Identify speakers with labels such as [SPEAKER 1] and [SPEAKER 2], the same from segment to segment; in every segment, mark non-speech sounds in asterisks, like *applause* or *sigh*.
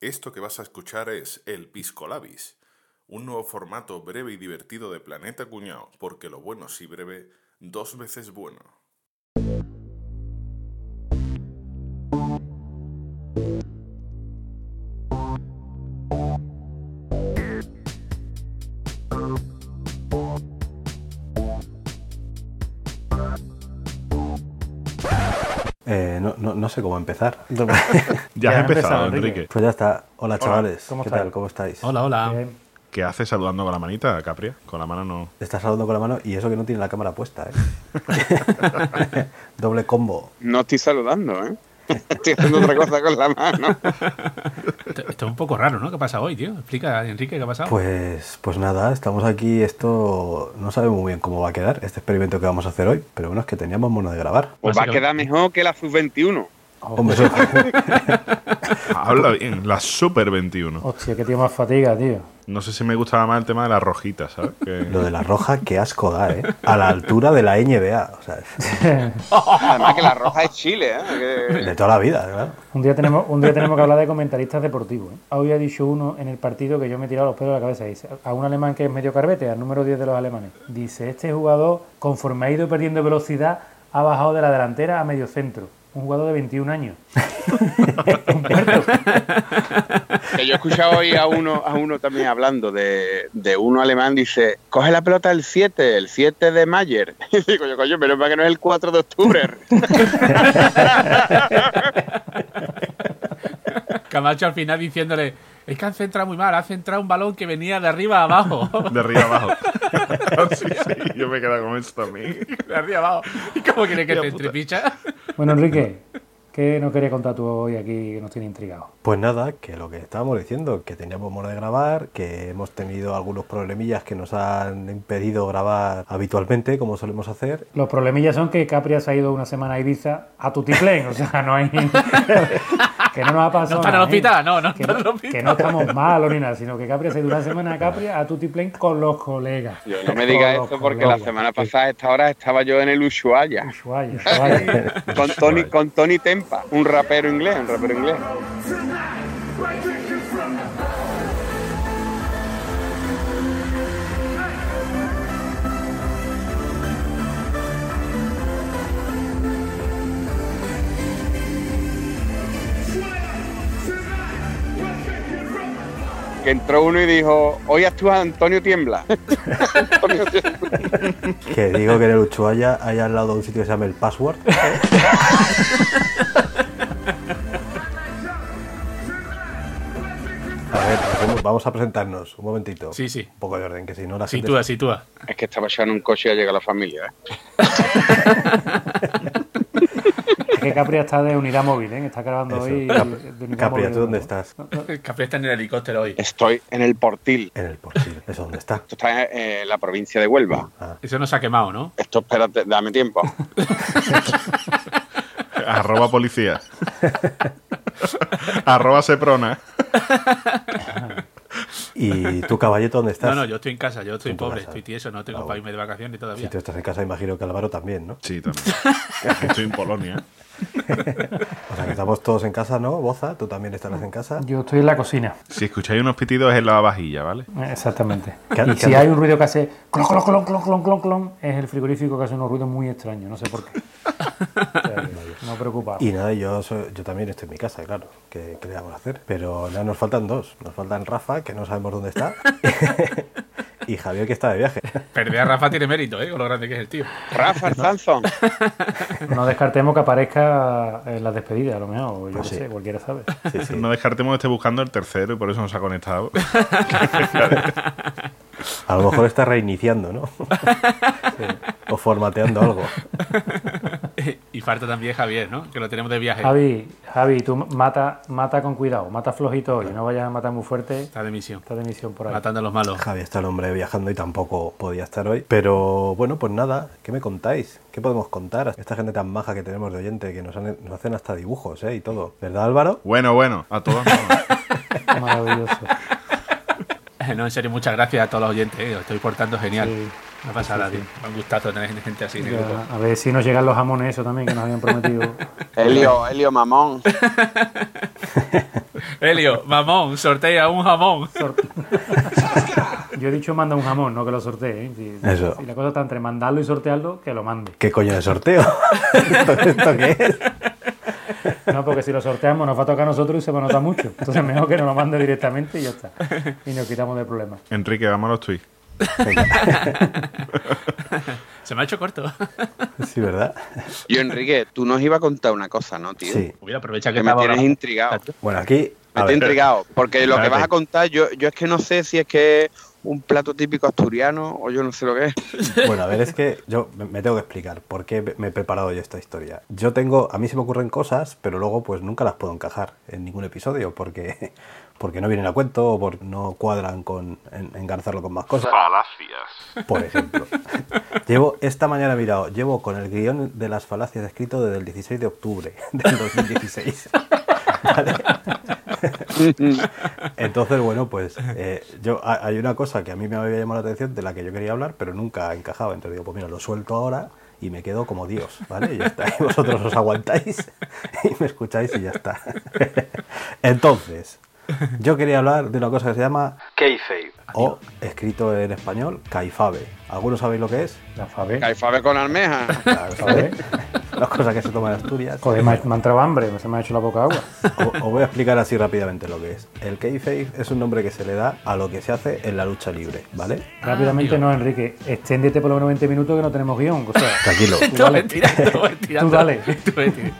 [SPEAKER 1] Esto que vas a escuchar es El Pisco Labis, un nuevo formato breve y divertido de Planeta Cuñado, porque lo bueno sí breve, dos veces bueno.
[SPEAKER 2] Eh, no, no, no sé cómo
[SPEAKER 3] *laughs*
[SPEAKER 2] empezar.
[SPEAKER 4] Ya,
[SPEAKER 3] Ya
[SPEAKER 4] has
[SPEAKER 3] he
[SPEAKER 4] empezado,
[SPEAKER 3] empezado,
[SPEAKER 4] Enrique.
[SPEAKER 3] Enrique.
[SPEAKER 2] Pues ya está. Hola, chavales.
[SPEAKER 3] ¿cómo
[SPEAKER 2] ¿Qué
[SPEAKER 3] estáis?
[SPEAKER 2] tal? ¿Cómo estáis?
[SPEAKER 4] Hola, hola.
[SPEAKER 3] Bien.
[SPEAKER 4] ¿Qué haces saludando con la manita, Capria? Con la mano no.
[SPEAKER 2] Te estás saludando con la mano y eso que no tiene la cámara puesta, ¿eh?
[SPEAKER 4] *laughs*
[SPEAKER 2] Doble combo.
[SPEAKER 5] No estoy saludando, ¿eh? *laughs* Estoy haciendo otra cosa con la mano. Pues
[SPEAKER 6] Esto, esto es un poco raro, ¿no? ¿Qué ha pasado hoy, tío? Explica, Enrique, ¿qué ha pasado? *laughs*
[SPEAKER 2] Pues, pues nada, estamos aquí. Esto no sabemos muy bien cómo va a quedar, este experimento que vamos a hacer hoy. Pero bueno, es que teníamos mono de grabar.
[SPEAKER 5] Pues va a quedar mejor que la sub-21.
[SPEAKER 3] Oh.
[SPEAKER 2] Hombre, eso-
[SPEAKER 4] Habla bien, la Super 21.
[SPEAKER 3] Hostia, qué tío más fatiga, tío.
[SPEAKER 4] No sé si me gustaba más el tema de las rojitas, ¿sabes? Que-
[SPEAKER 2] lo de la roja, qué asco da, ¿eh? A la altura de la NBA. O sea,
[SPEAKER 5] Además que la roja es Chile, ¿eh?
[SPEAKER 2] de toda la vida, claro.
[SPEAKER 3] Un día tenemos, un día tenemos que hablar de comentaristas deportivos. ¿eh? Hoy ha dicho uno en el partido que yo me he tirado los pelos de la cabeza. Dice, a un alemán que es medio carbete, al número 10 de los alemanes. Dice, este jugador, conforme ha ido perdiendo velocidad, ha bajado de la delantera a medio centro. Un jugador de 21 años.
[SPEAKER 5] Que, que yo he escuchado hoy a uno, a uno también hablando de, de uno alemán, dice, coge la pelota el 7, el 7 de Mayer. *laughs* Y digo yo, coño, pero para que no es el 4 de octubre.
[SPEAKER 6] Camacho al final diciéndole, es que han centrado muy mal, han centrado un balón que venía de arriba a abajo. *laughs*
[SPEAKER 4] De arriba abajo. *laughs* Ah, sí, sí, yo me he quedado con esto también.
[SPEAKER 6] de arriba a abajo. ¿Y cómo quiere que
[SPEAKER 2] *laughs*
[SPEAKER 6] te entrepicha?
[SPEAKER 3] Bueno, Enrique, ¿qué nos querías contar tú hoy aquí que nos tiene intrigados?
[SPEAKER 2] Pues nada, que lo que estábamos diciendo, que teníamos mono de grabar, que hemos tenido algunos problemillas que nos han impedido grabar habitualmente, como solemos hacer.
[SPEAKER 3] Los problemillas son que Capri se ha ido una semana a Ibiza a tutiplén, o sea, no hay. *laughs* que no nos ha pasado.
[SPEAKER 6] No está en el
[SPEAKER 3] nada,
[SPEAKER 6] hospital,
[SPEAKER 3] ¿eh?
[SPEAKER 6] no, no
[SPEAKER 3] que,
[SPEAKER 6] está en el
[SPEAKER 3] no-
[SPEAKER 6] hospital.
[SPEAKER 3] que no estamos malos ni nada, sino que Capri se ha ido una semana a Capri a tutiplén con los colegas.
[SPEAKER 5] Yo, no me
[SPEAKER 3] diga
[SPEAKER 5] digas esto porque la semana pasada a esta hora estaba yo en el Ushuaia.
[SPEAKER 3] *laughs*
[SPEAKER 5] Con Tony, con Tony Tempa, un rapero inglés, un rapero inglés. Que entró uno y dijo, hoy actúa Antonio Tiembla. *laughs* Antonio Tiembla.
[SPEAKER 2] Que digo que en el Ushuaia hay al lado un sitio que se llama el Password. A ver, vamos- vamos a presentarnos un momentito.
[SPEAKER 6] Sí, sí.
[SPEAKER 2] Un poco de orden, que si no la gente...
[SPEAKER 6] Sitúa, sitúa.
[SPEAKER 5] Es que estaba ya en un coche y ha llegado la familia. ¿eh?
[SPEAKER 3] que Capri está de unidad móvil, ¿eh? Está grabando
[SPEAKER 2] Eso.
[SPEAKER 3] hoy.
[SPEAKER 2] Cap-
[SPEAKER 3] de unidad
[SPEAKER 2] Capri,
[SPEAKER 3] móvil.
[SPEAKER 2] ¿tú dónde estás?
[SPEAKER 6] El café está en el helicóptero hoy.
[SPEAKER 5] Estoy en el Portil.
[SPEAKER 2] En el portil. ¿Eso dónde está?
[SPEAKER 5] Esto está eh, en la provincia de Huelva.
[SPEAKER 6] Eso nos ha quemado, ¿no?
[SPEAKER 5] Esto, espérate,
[SPEAKER 2] *laughs*
[SPEAKER 5] dame tiempo.
[SPEAKER 4] Arroba policía. *laughs* Arroba seprona.
[SPEAKER 2] ¿Y tu caballeto dónde estás?
[SPEAKER 6] No, no, yo estoy en casa, yo estoy
[SPEAKER 2] En tu
[SPEAKER 6] pobre,
[SPEAKER 2] casa.
[SPEAKER 6] estoy tieso, no tengo
[SPEAKER 2] Ah,
[SPEAKER 6] para
[SPEAKER 2] bueno.
[SPEAKER 6] irme de vacaciones
[SPEAKER 2] Si
[SPEAKER 6] todavía.
[SPEAKER 2] tú estás en casa, imagino que Álvaro también, ¿no?
[SPEAKER 4] Sí, también. Estoy en Polonia.
[SPEAKER 2] O sea, que estamos todos en casa, ¿no? Boza, tú también estarás en casa.
[SPEAKER 3] Yo estoy en la cocina.
[SPEAKER 4] Si escucháis unos pitidos es en la vajilla, ¿vale?
[SPEAKER 3] Eh, Exactamente.
[SPEAKER 2] ¿Qué-
[SPEAKER 3] Y
[SPEAKER 2] qué
[SPEAKER 3] si
[SPEAKER 2] hace?
[SPEAKER 3] hay un ruido que hace clon, clon, clon, clon, clon, clon, clon, es el frigorífico que hace unos ruidos muy extraños, no sé
[SPEAKER 2] *laughs*
[SPEAKER 3] por qué. O sea, que no preocupaos.
[SPEAKER 2] Y nada, yo, soy- yo también estoy en mi casa, claro. ¿Qué, qué le vamos a hacer? Pero ya nos faltan dos. Nos faltan Rafa, que no sabemos dónde está. y Javier, que está de viaje.
[SPEAKER 6] Perder a Rafa tiene mérito, ¿eh? Con lo grande que es el tío. *laughs*
[SPEAKER 5] Rafa Sanson.
[SPEAKER 3] No descartemos que aparezca en las despedidas, a lo mejor, o yo
[SPEAKER 2] Pues
[SPEAKER 3] qué
[SPEAKER 2] sí.
[SPEAKER 3] sé, cualquiera sabe.
[SPEAKER 2] *laughs* Sí, sí.
[SPEAKER 4] No descartemos que esté buscando el tercero y por eso nos ha conectado.
[SPEAKER 2] A lo mejor está reiniciando, ¿no? Sí. O formateando algo.
[SPEAKER 6] y falta también Javier, ¿no? Que lo tenemos de viaje.
[SPEAKER 3] Javi, Javi, tú mata, mata con cuidado, mata flojito hoy, no vayas a matar muy fuerte.
[SPEAKER 6] Está de misión.
[SPEAKER 3] Está de misión por ahí.
[SPEAKER 6] Matando a los malos.
[SPEAKER 2] Javier está el hombre viajando y tampoco podía estar hoy. Pero bueno, pues nada, ¿qué me contáis? ¿Qué podemos contar? Esta gente tan maja que tenemos de oyente, que nos, han- nos hacen hasta dibujos, ¿eh? Y todo. ¿Verdad, Álvaro?
[SPEAKER 4] Bueno, bueno, a todos.
[SPEAKER 2] *laughs*
[SPEAKER 4] modos.
[SPEAKER 3] Maravilloso.
[SPEAKER 6] *laughs* No, en serio, muchas gracias a todos los oyentes. eh, Os estoy portando genial.
[SPEAKER 3] Sí.
[SPEAKER 6] Una pasada, tío. Un gustazo tener gente así en el grupo.
[SPEAKER 3] Ya, a ver si nos llegan
[SPEAKER 2] *laughs*
[SPEAKER 3] los jamones, eso también, que nos habían prometido.
[SPEAKER 5] Helio, Helio Mamón.
[SPEAKER 6] Helio, mamón, sortea un jamón.
[SPEAKER 3] Sorte- Yo he dicho manda un jamón, no que lo sortee. ¿eh? Si,
[SPEAKER 2] Eso.
[SPEAKER 3] si la cosa está entre mandarlo y sortearlo, que lo mande.
[SPEAKER 2] ¿Qué coño de sorteo? *laughs* ¿Esto, esto qué es?
[SPEAKER 3] No, porque si lo sorteamos nos va a tocar a nosotros y se va a notar mucho. Entonces mejor que nos lo mande directamente y ya está. Y nos quitamos de problemas.
[SPEAKER 4] Enrique, vamos a los tweets.
[SPEAKER 6] Se me ha hecho corto.
[SPEAKER 2] Sí, ¿verdad?
[SPEAKER 5] Yo, Enrique, tú nos ibas a contar una cosa, ¿no, tío?
[SPEAKER 2] Sí.
[SPEAKER 6] Hubiera aprovechado
[SPEAKER 5] Que me tienes intrigado.
[SPEAKER 2] Bueno, aquí.
[SPEAKER 5] Me
[SPEAKER 2] a
[SPEAKER 5] estoy
[SPEAKER 2] ver,
[SPEAKER 5] intrigado, porque lo que
[SPEAKER 4] Espérate.
[SPEAKER 5] vas a contar, yo, yo es que no sé si es que es un plato típico asturiano o yo no sé lo que es.
[SPEAKER 2] Bueno, a ver, es que yo me- me tengo que explicar por qué me he preparado yo esta historia. Yo tengo, a mí se me ocurren cosas, pero luego pues nunca las puedo encajar en ningún episodio porque, porque no vienen a cuento o por, no cuadran con en- engarzarlo con más cosas.
[SPEAKER 1] Falacias.
[SPEAKER 2] Por ejemplo, llevo esta mañana mirado, llevo con el guión de las falacias escrito desde el 16 de octubre del 2016. ¿Vale? Entonces, bueno, pues eh, yo ha- hay una cosa que a mí me había llamado la atención de la que yo quería hablar, pero nunca encajaba. Entonces digo, pues mira, lo suelto ahora y me quedo como Dios, ¿vale? Y ya está. Y vosotros os aguantáis y me escucháis y ya está. Entonces, yo quería hablar de una cosa que se llama o escrito en español, caifabe. ¿Algunos sabéis lo que es?
[SPEAKER 3] La Fabe.
[SPEAKER 5] Caifabe
[SPEAKER 2] *laughs*
[SPEAKER 5] con almeja.
[SPEAKER 2] Claro, ¿sabéis? Las cosas que se toman en Asturias.
[SPEAKER 3] Joder, me ha- me ha entrado hambre, se me ha hecho la
[SPEAKER 6] *laughs*
[SPEAKER 3] boca agua.
[SPEAKER 6] Ah,
[SPEAKER 2] Os os voy a explicar así rápidamente lo que es. El kayfabe es un nombre que se le da a lo que se hace en la lucha libre, ¿vale?
[SPEAKER 3] Rápidamente
[SPEAKER 6] tío.
[SPEAKER 3] no, Enrique. Exténdete por lo menos 20 minutos que no tenemos guión. O sea,
[SPEAKER 2] Tranquilo.
[SPEAKER 6] Tú
[SPEAKER 3] dale.
[SPEAKER 6] ves tirando, tú ves tirando. *laughs*
[SPEAKER 3] Tú dale.
[SPEAKER 6] Tú ves tirando.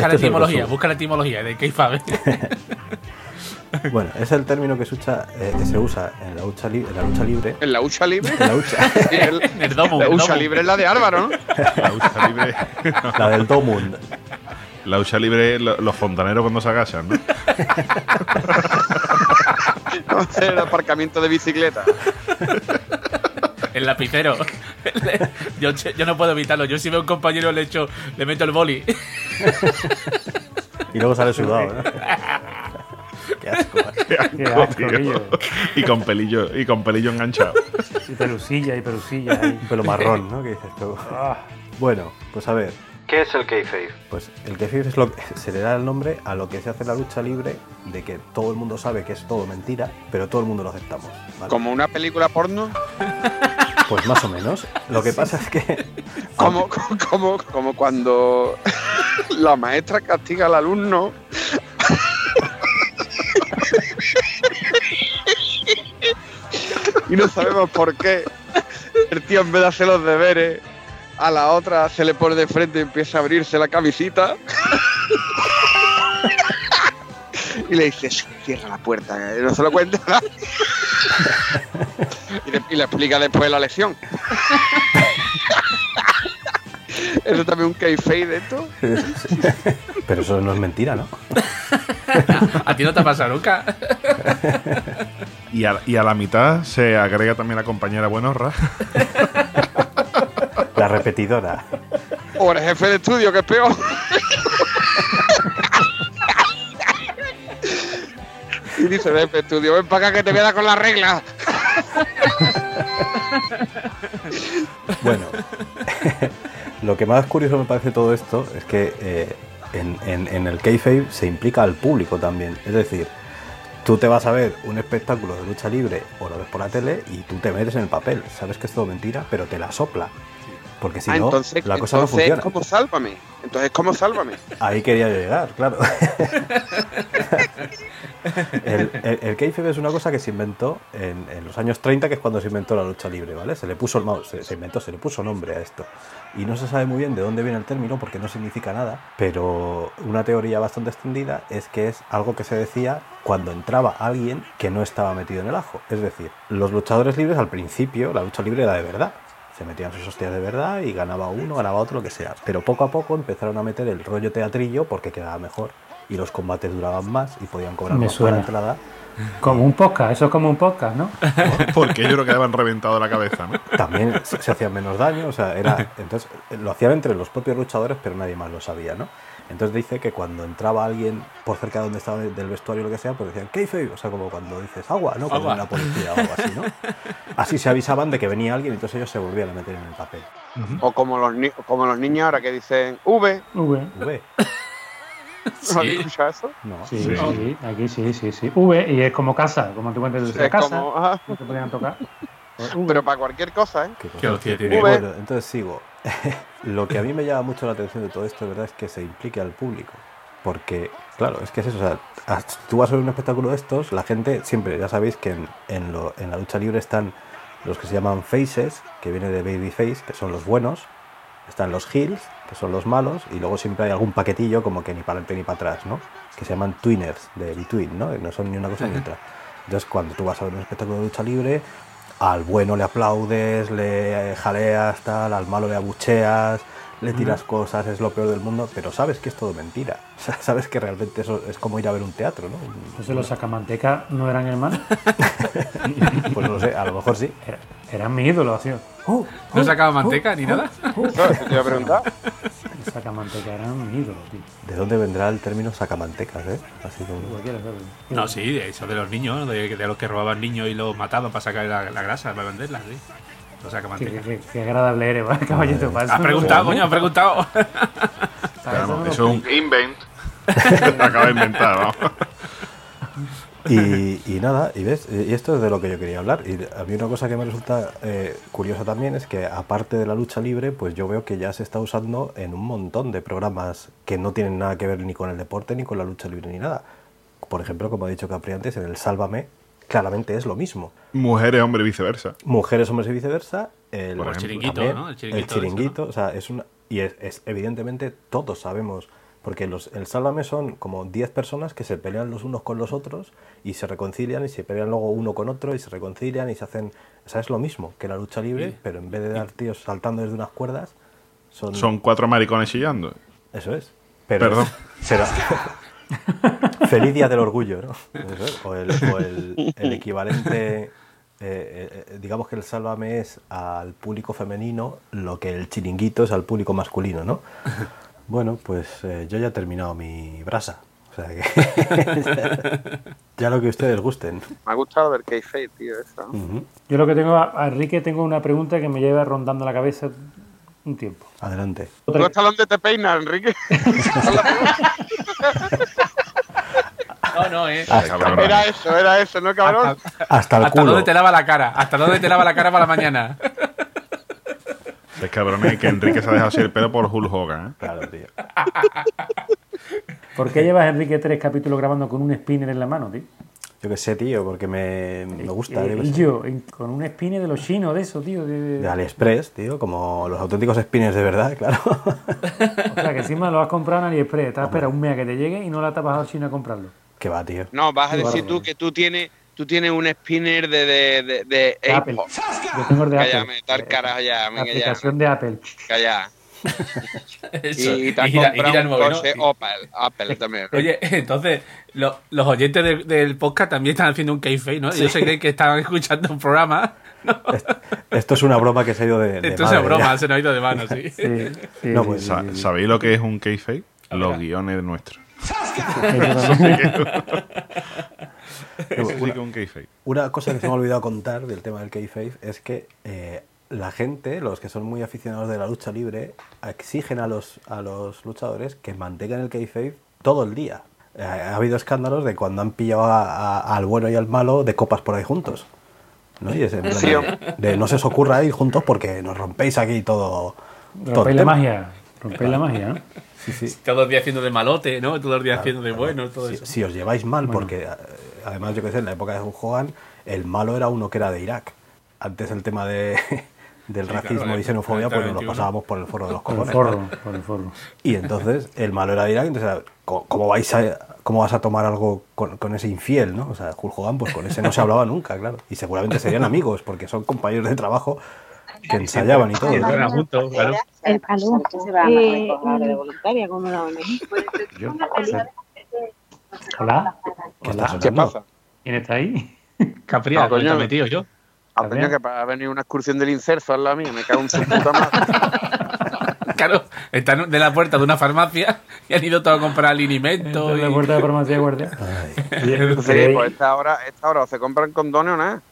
[SPEAKER 2] Este
[SPEAKER 6] la
[SPEAKER 2] es el
[SPEAKER 6] etimología,
[SPEAKER 2] resumen.
[SPEAKER 6] busca la etimología de Keifabe.
[SPEAKER 2] Bueno, es el término que se usa, eh, que se usa en, la lucha li- en la lucha libre.
[SPEAKER 5] ¿En la hucha libre?
[SPEAKER 2] En la
[SPEAKER 5] *laughs*
[SPEAKER 2] lucha.
[SPEAKER 5] El-
[SPEAKER 6] Nerdomo,
[SPEAKER 5] la hucha
[SPEAKER 6] nerdomo.
[SPEAKER 5] libre es la de Álvaro, ¿no? *laughs*
[SPEAKER 4] La hucha libre,
[SPEAKER 2] La del Domund.
[SPEAKER 4] la hucha libre lo- los fontaneros cuando se agachan, ¿no?
[SPEAKER 5] El aparcamiento de bicicleta.
[SPEAKER 6] El lapicero. *laughs* Yo, yo no puedo evitarlo. Yo si veo a un compañero le echo, le meto el boli. *laughs*
[SPEAKER 2] Y luego sale sudado, ¿no? *laughs* Qué asco.
[SPEAKER 3] *laughs*
[SPEAKER 2] ¿eh?
[SPEAKER 3] qué asco,
[SPEAKER 4] *laughs* Tío.
[SPEAKER 3] tío.
[SPEAKER 4] Y con pelillo, y con pelillo enganchado.
[SPEAKER 3] Y pelusilla y pelusilla. ahí.
[SPEAKER 2] Un pelo marrón, ¿no? Que dices tú.
[SPEAKER 3] Ah,
[SPEAKER 2] Bueno, pues a ver.
[SPEAKER 7] ¿Qué es el kayfabe?
[SPEAKER 2] Pues el kefir es lo que *laughs* se le da el nombre a lo que se hace en la lucha libre, de que todo el mundo sabe que es todo mentira, pero todo el mundo lo aceptamos. ¿vale?
[SPEAKER 5] Como una película porno,
[SPEAKER 2] Pues más o menos. Lo que pasa es que. *laughs*
[SPEAKER 5] como, *laughs* como, como cuando *laughs* la maestra castiga al alumno. *laughs* Y no sabemos por qué. El tío en vez de hacer los deberes, a la otra se le pone de frente y empieza a abrirse la camisita. *laughs* Y le dice, cierra la puerta, que no se lo cuenta. *laughs* Y le- y le explica después la lección. Eso también un kayfabe de esto.
[SPEAKER 2] Pero eso no es mentira, ¿no?
[SPEAKER 6] A ti no te ha pasado nunca.
[SPEAKER 4] Y a, y a la mitad se agrega también la compañera Buenorra.
[SPEAKER 2] La repetidora.
[SPEAKER 5] O el jefe de estudio, que es peor. Y dice, jefe de estudio, ven para acá que te voy a dar con la regla.
[SPEAKER 2] Bueno, *laughs* lo que más curioso me parece todo esto es que eh, en, en- en el kayfabe se implica al público también. Es decir, tú te vas a ver un espectáculo de lucha libre o lo ves por la tele y tú te metes en el papel. Sabes que es todo mentira, pero te la sopla. Porque si
[SPEAKER 5] ah,
[SPEAKER 2] no,
[SPEAKER 5] entonces,
[SPEAKER 2] la cosa no
[SPEAKER 5] entonces
[SPEAKER 2] funciona.
[SPEAKER 5] es como sálvame. Entonces, ¿cómo sálvame?
[SPEAKER 2] Ahí quería yo llegar,
[SPEAKER 5] *laughs*
[SPEAKER 2] claro. el, el, el kayfabe es una cosa que se inventó en, en los años 30, que es cuando se inventó la lucha libre, ¿vale? Se le puso el no, se, se inventó, se le puso nombre a esto. Y no se sabe muy bien de dónde viene el término porque no significa nada, pero una teoría bastante extendida es que es algo que se decía cuando entraba alguien que no estaba metido en el ajo. Es decir, los luchadores libres al principio, la lucha libre era de verdad. Se metían sus hostias de verdad y ganaba uno, ganaba otro, lo que sea. Pero poco a poco empezaron a meter el rollo teatrillo porque quedaba mejor y los combates duraban más y podían cobrar
[SPEAKER 3] Me
[SPEAKER 2] más por la
[SPEAKER 3] suena.
[SPEAKER 2] entrada.
[SPEAKER 3] como un podcast, eso es como un podcast, ¿no?
[SPEAKER 4] *laughs* Porque ellos lo quedaban reventado la cabeza, ¿no?
[SPEAKER 2] También se, se hacían menos daño, o sea, era. Entonces lo hacían entre los propios luchadores, pero nadie más lo sabía, ¿no? Entonces dice que cuando entraba alguien por cerca de donde estaba del vestuario o lo que sea, pues decían, ¿qué O sea, como cuando dices agua, ¿no? Cuando
[SPEAKER 6] Agua.
[SPEAKER 2] una policía o algo así, ¿no? Así se avisaban de que venía alguien y entonces ellos se volvían a meter en el papel.
[SPEAKER 5] O como los, ni- como los niños ahora que dicen, V,
[SPEAKER 3] V.
[SPEAKER 2] V.
[SPEAKER 5] ¿No habéis escuchado eso?
[SPEAKER 3] No,
[SPEAKER 2] Sí.
[SPEAKER 3] sí, sí, aquí sí, sí, sí. V y es como casa, como tú cuentas de
[SPEAKER 5] Es
[SPEAKER 3] casa.
[SPEAKER 5] como, ajá,
[SPEAKER 3] No te podían tocar. Pues,
[SPEAKER 5] pero para cualquier cosa, ¿eh?
[SPEAKER 2] Qué cosa.
[SPEAKER 6] Qué hostia tiene.
[SPEAKER 5] V.
[SPEAKER 2] Bueno, entonces sigo. *laughs* Lo que a mí me llama mucho la atención de todo esto, de verdad, es que se implique al público. Porque, claro, es que es eso. O sea, as- tú vas a ver un espectáculo de estos, la gente siempre, ya sabéis que en, en lo- en la lucha libre están los que se llaman faces, que viene de baby face, que son los buenos. Están los heels, que son los malos, y luego siempre hay algún paquetillo como que ni para adelante ni para atrás, ¿no? Que se llaman twinners, de between, ¿no? Que no son ni una cosa ni otra. Entonces, cuando tú vas a ver un espectáculo de lucha libre, al bueno le aplaudes, le eh, jaleas, tal, al malo le abucheas, le tiras cosas, es lo peor del mundo, pero sabes que es todo mentira. *laughs* O sea, sabes que realmente eso es como ir a ver un teatro, ¿no? *laughs*
[SPEAKER 3] Entonces los sacamantecas no eran hermanos.
[SPEAKER 2] Pues no lo sé, a lo mejor sí.
[SPEAKER 3] Era- eran mi ídolo, así. Uh,
[SPEAKER 6] ¿No
[SPEAKER 3] uh,
[SPEAKER 6] sacaba
[SPEAKER 3] uh,
[SPEAKER 6] manteca ni
[SPEAKER 3] uh,
[SPEAKER 6] nada?
[SPEAKER 3] uh.
[SPEAKER 5] Eso eso te iba a preguntar.
[SPEAKER 3] Los sacamantecas eran mi ídolo, tío.
[SPEAKER 2] ¿De dónde vendrá el término sacamantecas, eh? Así como...
[SPEAKER 3] Cualquiera, ¿sabes?
[SPEAKER 6] No, sí, de eso de los niños, ¿no? de, de los que robaban niños y los mataban para sacar la, la grasa, para venderla, sí. Lo saca
[SPEAKER 3] Qué, qué-
[SPEAKER 6] manteca.
[SPEAKER 3] qué- qué agradable eres, *laughs* ¿vale, caballito. Para
[SPEAKER 6] Has
[SPEAKER 3] eso no
[SPEAKER 6] preguntado,
[SPEAKER 3] lo-
[SPEAKER 6] coño, has preguntado.
[SPEAKER 3] para eso no lo-
[SPEAKER 4] eso es un
[SPEAKER 1] Invent.
[SPEAKER 4] lo *laughs* acaba de
[SPEAKER 3] *laughs*
[SPEAKER 4] inventar, vamos.
[SPEAKER 2] Y, y nada, y ves, y esto es de lo que yo quería hablar. Y a mí una cosa que me resulta eh, curiosa también es que aparte de la lucha libre, pues yo veo que ya se está usando en un montón de programas que no tienen nada que ver ni con el deporte, ni con la lucha libre, ni nada. Por ejemplo, como ha dicho Capri antes, en el Sálvame, claramente es lo mismo.
[SPEAKER 4] Mujeres, hombre, viceversa.
[SPEAKER 2] Mujeres, hombres y viceversa, el,
[SPEAKER 4] Por ejemplo.
[SPEAKER 6] Chiringuito, ¿no? El
[SPEAKER 2] El
[SPEAKER 6] chiringuito
[SPEAKER 2] chiringuito,
[SPEAKER 6] ese,
[SPEAKER 2] o sea, es una... Y es, es- evidentemente todos sabemos, porque los, el Sálvame son como 10 personas que se pelean los unos con los otros y se reconcilian y se pelean luego uno con otro y se reconcilian y se hacen... O sea, es lo mismo que la lucha libre, pero en vez de dar tíos saltando desde unas cuerdas, son...
[SPEAKER 4] Son cuatro maricones chillando.
[SPEAKER 2] Eso es. Pero
[SPEAKER 4] Perdón.
[SPEAKER 2] *laughs* será- Feliz Día del Orgullo, ¿no? Eso es. O el, o el- el equivalente, eh, eh, eh, digamos que el Sálvame es al público femenino lo que el chiringuito es al público masculino, ¿no? Bueno, pues eh, yo ya he terminado mi brasa. O sea que. ya lo que *laughs* ustedes gusten.
[SPEAKER 5] Me ha gustado ver Keyfabe, tío, eso. ¿no?
[SPEAKER 3] Yo lo que tengo, a, a Enrique tengo una pregunta que me lleva rondando la cabeza un tiempo.
[SPEAKER 2] Adelante.
[SPEAKER 5] ¿Tú hasta dónde te peinas, Enrique?
[SPEAKER 2] *laughs*
[SPEAKER 6] No, no, eh.
[SPEAKER 4] Cabrón.
[SPEAKER 5] era eso, era eso, ¿no, cabrón?
[SPEAKER 2] Ah, Hasta el
[SPEAKER 6] Hasta
[SPEAKER 2] culo.
[SPEAKER 6] dónde te lava la cara, hasta dónde te lava la cara para la mañana.
[SPEAKER 4] Es cabrón es que Enrique se ha dejado así el pelo por Hulk Hogan, ¿eh?
[SPEAKER 2] Claro, tío.
[SPEAKER 3] ¿Por qué llevas, Enrique, tres capítulos grabando con un spinner en la mano, tío?
[SPEAKER 2] Yo qué sé, tío, porque me, me gusta.
[SPEAKER 3] Eh,
[SPEAKER 2] yo qué
[SPEAKER 3] y
[SPEAKER 2] sé.
[SPEAKER 3] yo, en- con un spinner de los chinos, de eso, tío. de- de-
[SPEAKER 2] De AliExpress, tío, como los auténticos spinners de verdad, *laughs* claro.
[SPEAKER 3] O sea, que encima lo has comprado en AliExpress. Estás espera un mes a que te llegue y no la te has bajado al chino a comprarlo.
[SPEAKER 2] que va, tío.
[SPEAKER 5] No, vas a decir tú que tú tienes, tú tienes un spinner de, de, de, de
[SPEAKER 3] De Apple.
[SPEAKER 5] Apple.
[SPEAKER 3] Yo tengo el de
[SPEAKER 5] Calla,
[SPEAKER 3] Apple.
[SPEAKER 5] me tal carajo ya,
[SPEAKER 3] La
[SPEAKER 5] venga ya.
[SPEAKER 3] aplicación de Apple.
[SPEAKER 5] Calla.
[SPEAKER 6] *laughs* Eso.
[SPEAKER 5] Y, te has
[SPEAKER 6] gira- y gira
[SPEAKER 5] comprado
[SPEAKER 6] el
[SPEAKER 5] un
[SPEAKER 6] móvil, ¿no?
[SPEAKER 5] coche oh.
[SPEAKER 6] Y-
[SPEAKER 5] Opel, Apple también.
[SPEAKER 6] Oye, *laughs* entonces, lo- los oyentes de- del podcast también están haciendo un café, ¿no? Ellos se creen que están escuchando un programa. ¿no?
[SPEAKER 2] Esto es una broma que se ha ido de. de
[SPEAKER 6] Esto es
[SPEAKER 2] madre,
[SPEAKER 6] una broma,
[SPEAKER 2] ya.
[SPEAKER 6] se nos ha ido de mano, sí.
[SPEAKER 3] Sí, sí,
[SPEAKER 2] No,
[SPEAKER 3] sí,
[SPEAKER 2] pues,
[SPEAKER 3] sí,
[SPEAKER 4] Sa-
[SPEAKER 3] sí, sí.
[SPEAKER 4] ¿Sabéis lo que es un kayfabe? Los guiones
[SPEAKER 3] *laughs*
[SPEAKER 4] nuestros.
[SPEAKER 2] *laughs*
[SPEAKER 4] Eso sí que es un kayfabe.
[SPEAKER 2] Una cosa que se me ha olvidado contar del tema del kayfabe es que eh, la gente, los que son muy aficionados de la lucha libre, exigen a los, a los luchadores que mantengan el kayfabe todo el día. Eh, ha habido escándalos de cuando han pillado a- a- al bueno y al malo de copas por ahí juntos. ¿no? Y es en plan
[SPEAKER 5] Sí, hombre.
[SPEAKER 2] de, de no se os ocurra ir juntos porque nos rompéis aquí todo. todo el
[SPEAKER 3] Rompéis la
[SPEAKER 2] tema".
[SPEAKER 3] magia. Rompéis la magia, ¿eh? ¿no?
[SPEAKER 2] Sí, sí.
[SPEAKER 6] Todos los días haciendo de malote, ¿no? Todos los días haciendo de bueno, todo
[SPEAKER 2] si,
[SPEAKER 6] eso.
[SPEAKER 2] si os lleváis mal, porque eh, además yo que sé, en la época de Hogan, el malo era uno que era de Irak. Antes el tema de, *laughs* del
[SPEAKER 6] claro,
[SPEAKER 2] racismo
[SPEAKER 6] el-
[SPEAKER 2] y xenofobia,
[SPEAKER 6] el
[SPEAKER 2] pues nos
[SPEAKER 6] 21.
[SPEAKER 2] lo pasábamos por el foro de los
[SPEAKER 3] Por el
[SPEAKER 2] cojones.
[SPEAKER 3] forro, por el forro.
[SPEAKER 2] Y entonces el malo era de Irak, entonces era, ¿cómo, cómo vais a, cómo vas a tomar algo con, con ese infiel? ¿no? O sea, Hulk Hogan, pues con ese no se hablaba nunca, claro. Y seguramente serían amigos, porque son compañeros de trabajo que ensayaban y todo.
[SPEAKER 6] siempre
[SPEAKER 2] claro.
[SPEAKER 6] eran juntos, claro.
[SPEAKER 7] El
[SPEAKER 8] Salud.
[SPEAKER 7] se va a
[SPEAKER 8] Eh,
[SPEAKER 7] recordar de voluntaria como la ONG.
[SPEAKER 3] Hola,
[SPEAKER 2] ¿Qué está
[SPEAKER 5] ¿Qué
[SPEAKER 2] sonando?
[SPEAKER 5] pasa?
[SPEAKER 3] ¿quién está ahí?
[SPEAKER 6] Capria,
[SPEAKER 5] No, coño.
[SPEAKER 6] ¿dónde te has metido yo?
[SPEAKER 5] Ah, coño, que ha venido una excursión del incerso al lado mío, me cago en su puta madre.
[SPEAKER 6] Claro, están de la puerta de una farmacia y han ido todos a comprar
[SPEAKER 3] Entra
[SPEAKER 6] alimento.
[SPEAKER 3] en la
[SPEAKER 6] y-
[SPEAKER 3] puerta de farmacia
[SPEAKER 5] *laughs*
[SPEAKER 3] de guardia.
[SPEAKER 2] Ay,
[SPEAKER 5] *laughs* Sí,
[SPEAKER 3] ¿Creéis,
[SPEAKER 5] pues esta hora, esta hora o se compran condones o nada.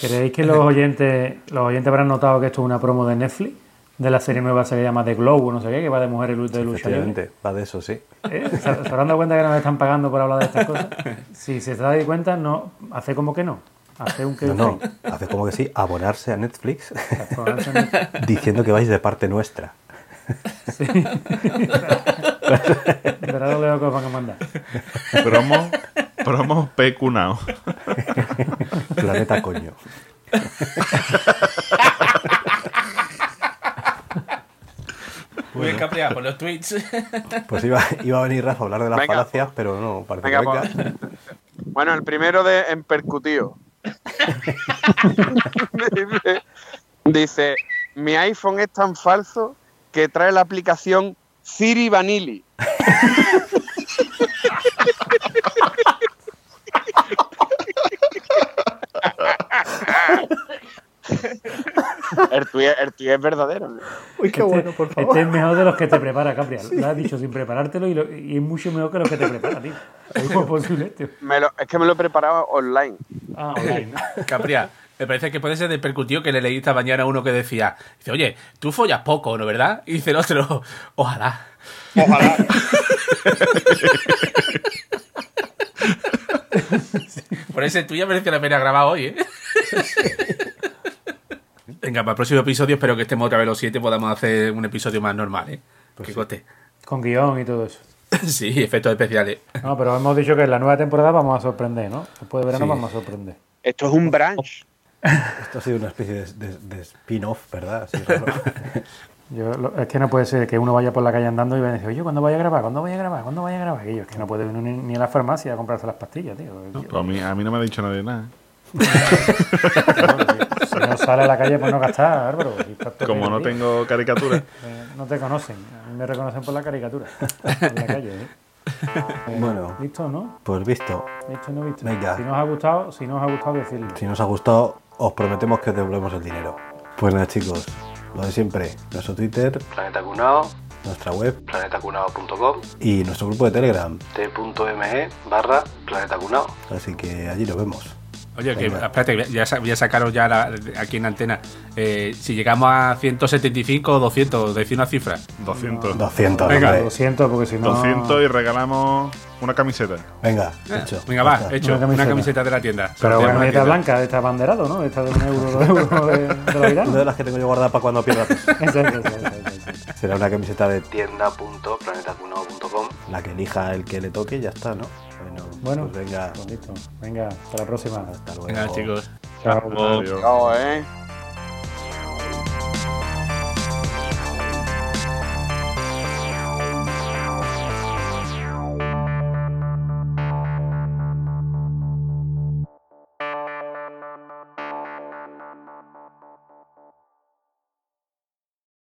[SPEAKER 3] creéis que los oyentes, los oyentes habrán notado que esto es una promo de Netflix? de la serie nueva se llama The Glow, no sé qué, que va de mujeres de lucha libre.
[SPEAKER 2] Efectivamente, va de eso, sí.
[SPEAKER 3] ¿Eh? ¿Se, se habrán dado cuenta que nos están pagando por hablar de estas
[SPEAKER 2] *laughs*
[SPEAKER 3] cosas? Si se está dando cuenta, no, hace como que no. Hace un que
[SPEAKER 2] No, no, hace como que sí, abonarse a Netflix
[SPEAKER 3] Ponerse en el-
[SPEAKER 2] diciendo que vais de parte nuestra.
[SPEAKER 3] Verá lo lejos que os van
[SPEAKER 2] *laughs*
[SPEAKER 3] a mandar.
[SPEAKER 4] Promo,
[SPEAKER 3] *laughs*
[SPEAKER 4] promo pecunao.
[SPEAKER 2] Planeta coño.
[SPEAKER 6] Muy bien capleado por los *laughs* tweets.
[SPEAKER 2] Pues iba, iba a venir Rafa a hablar de las
[SPEAKER 5] Venga.
[SPEAKER 2] falacias, pero no, parece
[SPEAKER 5] Venga,
[SPEAKER 2] que
[SPEAKER 5] pues.
[SPEAKER 2] venga.
[SPEAKER 5] Bueno, el primero de en percutido. dice, dice, mi iPhone es tan falso que trae la aplicación Siri Vanilli. el tuyo es verdadero. ¿no?
[SPEAKER 2] Uy, qué bueno, por
[SPEAKER 3] Este es mejor de los que te prepara, Capria. Lo has dicho sin preparártelo y, lo- y es mucho mejor que los que te prepara,
[SPEAKER 2] *laughs*
[SPEAKER 3] tío. ¿Cómo es posible, tío?
[SPEAKER 5] Me lo- es que me lo he preparado online.
[SPEAKER 3] Ah, online, ¿no?
[SPEAKER 6] Capria, me parece que puede ser del percutido que le leí esta mañana a uno que decía, dice, oye, tú follas poco, ¿no verdad? Y dice el otro, ojalá.
[SPEAKER 5] Ojalá.
[SPEAKER 6] Por ese tuyo merece la pena grabar hoy,
[SPEAKER 3] *laughs*
[SPEAKER 6] ¿eh? Venga, para el próximo episodio espero que estemos otra vez los siete podamos hacer un episodio más normal, ¿eh?
[SPEAKER 3] Pues
[SPEAKER 6] que coste. *laughs*
[SPEAKER 3] Con guión y todo eso.
[SPEAKER 6] Sí, efectos especiales.
[SPEAKER 3] No, pero hemos dicho que en la nueva temporada vamos a sorprender, ¿no? Después de verano
[SPEAKER 2] Sí.
[SPEAKER 3] vamos a sorprender.
[SPEAKER 5] Esto es un branch.
[SPEAKER 2] Esto ha sido una especie de, de- de spin-off, ¿verdad? Así raro.
[SPEAKER 3] Yo, lo- es que no puede ser que uno vaya por la calle andando y vaya a decir, oye, ¿cuándo voy a grabar? ¿Cuándo voy a grabar? ¿Cuándo voy a grabar? Y yo, es que no puede venir ni, ni a la farmacia a comprarse las pastillas, tío.
[SPEAKER 4] Pues a, mí, a mí no me ha dicho nadie nada.
[SPEAKER 3] *laughs* Si no sale a la calle, pues no gastar, Álvaro. Si estás todo
[SPEAKER 4] Como
[SPEAKER 3] el
[SPEAKER 4] no
[SPEAKER 3] día,
[SPEAKER 4] tengo caricatura.
[SPEAKER 3] eh, No te conocen. A mí me reconocen por la
[SPEAKER 4] *laughs*
[SPEAKER 3] caricatura. En la calle, ¿eh? Eh,
[SPEAKER 2] Bueno.
[SPEAKER 3] ¿Listo, no?
[SPEAKER 2] Pues visto,
[SPEAKER 3] ¿Listo, no visto?
[SPEAKER 2] Venga.
[SPEAKER 3] Si nos ha gustado, si nos ha gustado, decirlo.
[SPEAKER 2] si nos ha gustado, os prometemos que os devolvemos el dinero. Pues nada, chicos, lo de siempre. Nuestro Twitter,
[SPEAKER 8] Planeta Cunao,
[SPEAKER 2] nuestra web
[SPEAKER 8] planetacunao.com,
[SPEAKER 2] y nuestro grupo de Telegram.
[SPEAKER 8] t.me barra Planeta Cunao.
[SPEAKER 2] Así que allí nos vemos.
[SPEAKER 6] Oye, que,
[SPEAKER 2] Venga.
[SPEAKER 6] espérate, que ya, sa- ya sacaron ya la- aquí en antena. Eh, si llegamos a 175 o 200, decir una cifra.
[SPEAKER 4] 200.
[SPEAKER 2] 200,
[SPEAKER 3] Venga,
[SPEAKER 2] hombre.
[SPEAKER 3] lo siento, porque si no.
[SPEAKER 4] 200 y regalamos una camiseta.
[SPEAKER 2] Venga, hecho.
[SPEAKER 6] Venga,
[SPEAKER 2] Ya
[SPEAKER 6] va,
[SPEAKER 2] está.
[SPEAKER 6] hecho. Una
[SPEAKER 3] Una
[SPEAKER 6] camiseta,
[SPEAKER 3] camiseta.
[SPEAKER 6] de la tienda.
[SPEAKER 3] Pero
[SPEAKER 6] Sorteo
[SPEAKER 3] una
[SPEAKER 6] de la
[SPEAKER 3] camiseta
[SPEAKER 6] tienda.
[SPEAKER 3] blanca, de esta banderado, ¿no? Esta de un euro, dos euros de, de la
[SPEAKER 2] Una de
[SPEAKER 3] virada.
[SPEAKER 2] las que tengo yo guardada para cuando pierda peso.
[SPEAKER 3] Exacto, exacto, exacto.
[SPEAKER 2] Será una camiseta de
[SPEAKER 8] tienda.planetacunao.com
[SPEAKER 2] la que elija el que le toque y ya está, ¿no? Bueno,
[SPEAKER 3] Bueno,
[SPEAKER 2] pues venga.
[SPEAKER 3] pues listo. Venga, hasta la próxima.
[SPEAKER 2] Hasta luego.
[SPEAKER 6] Venga, chicos.
[SPEAKER 3] Chao.
[SPEAKER 4] Adiós.
[SPEAKER 5] No, ¿eh?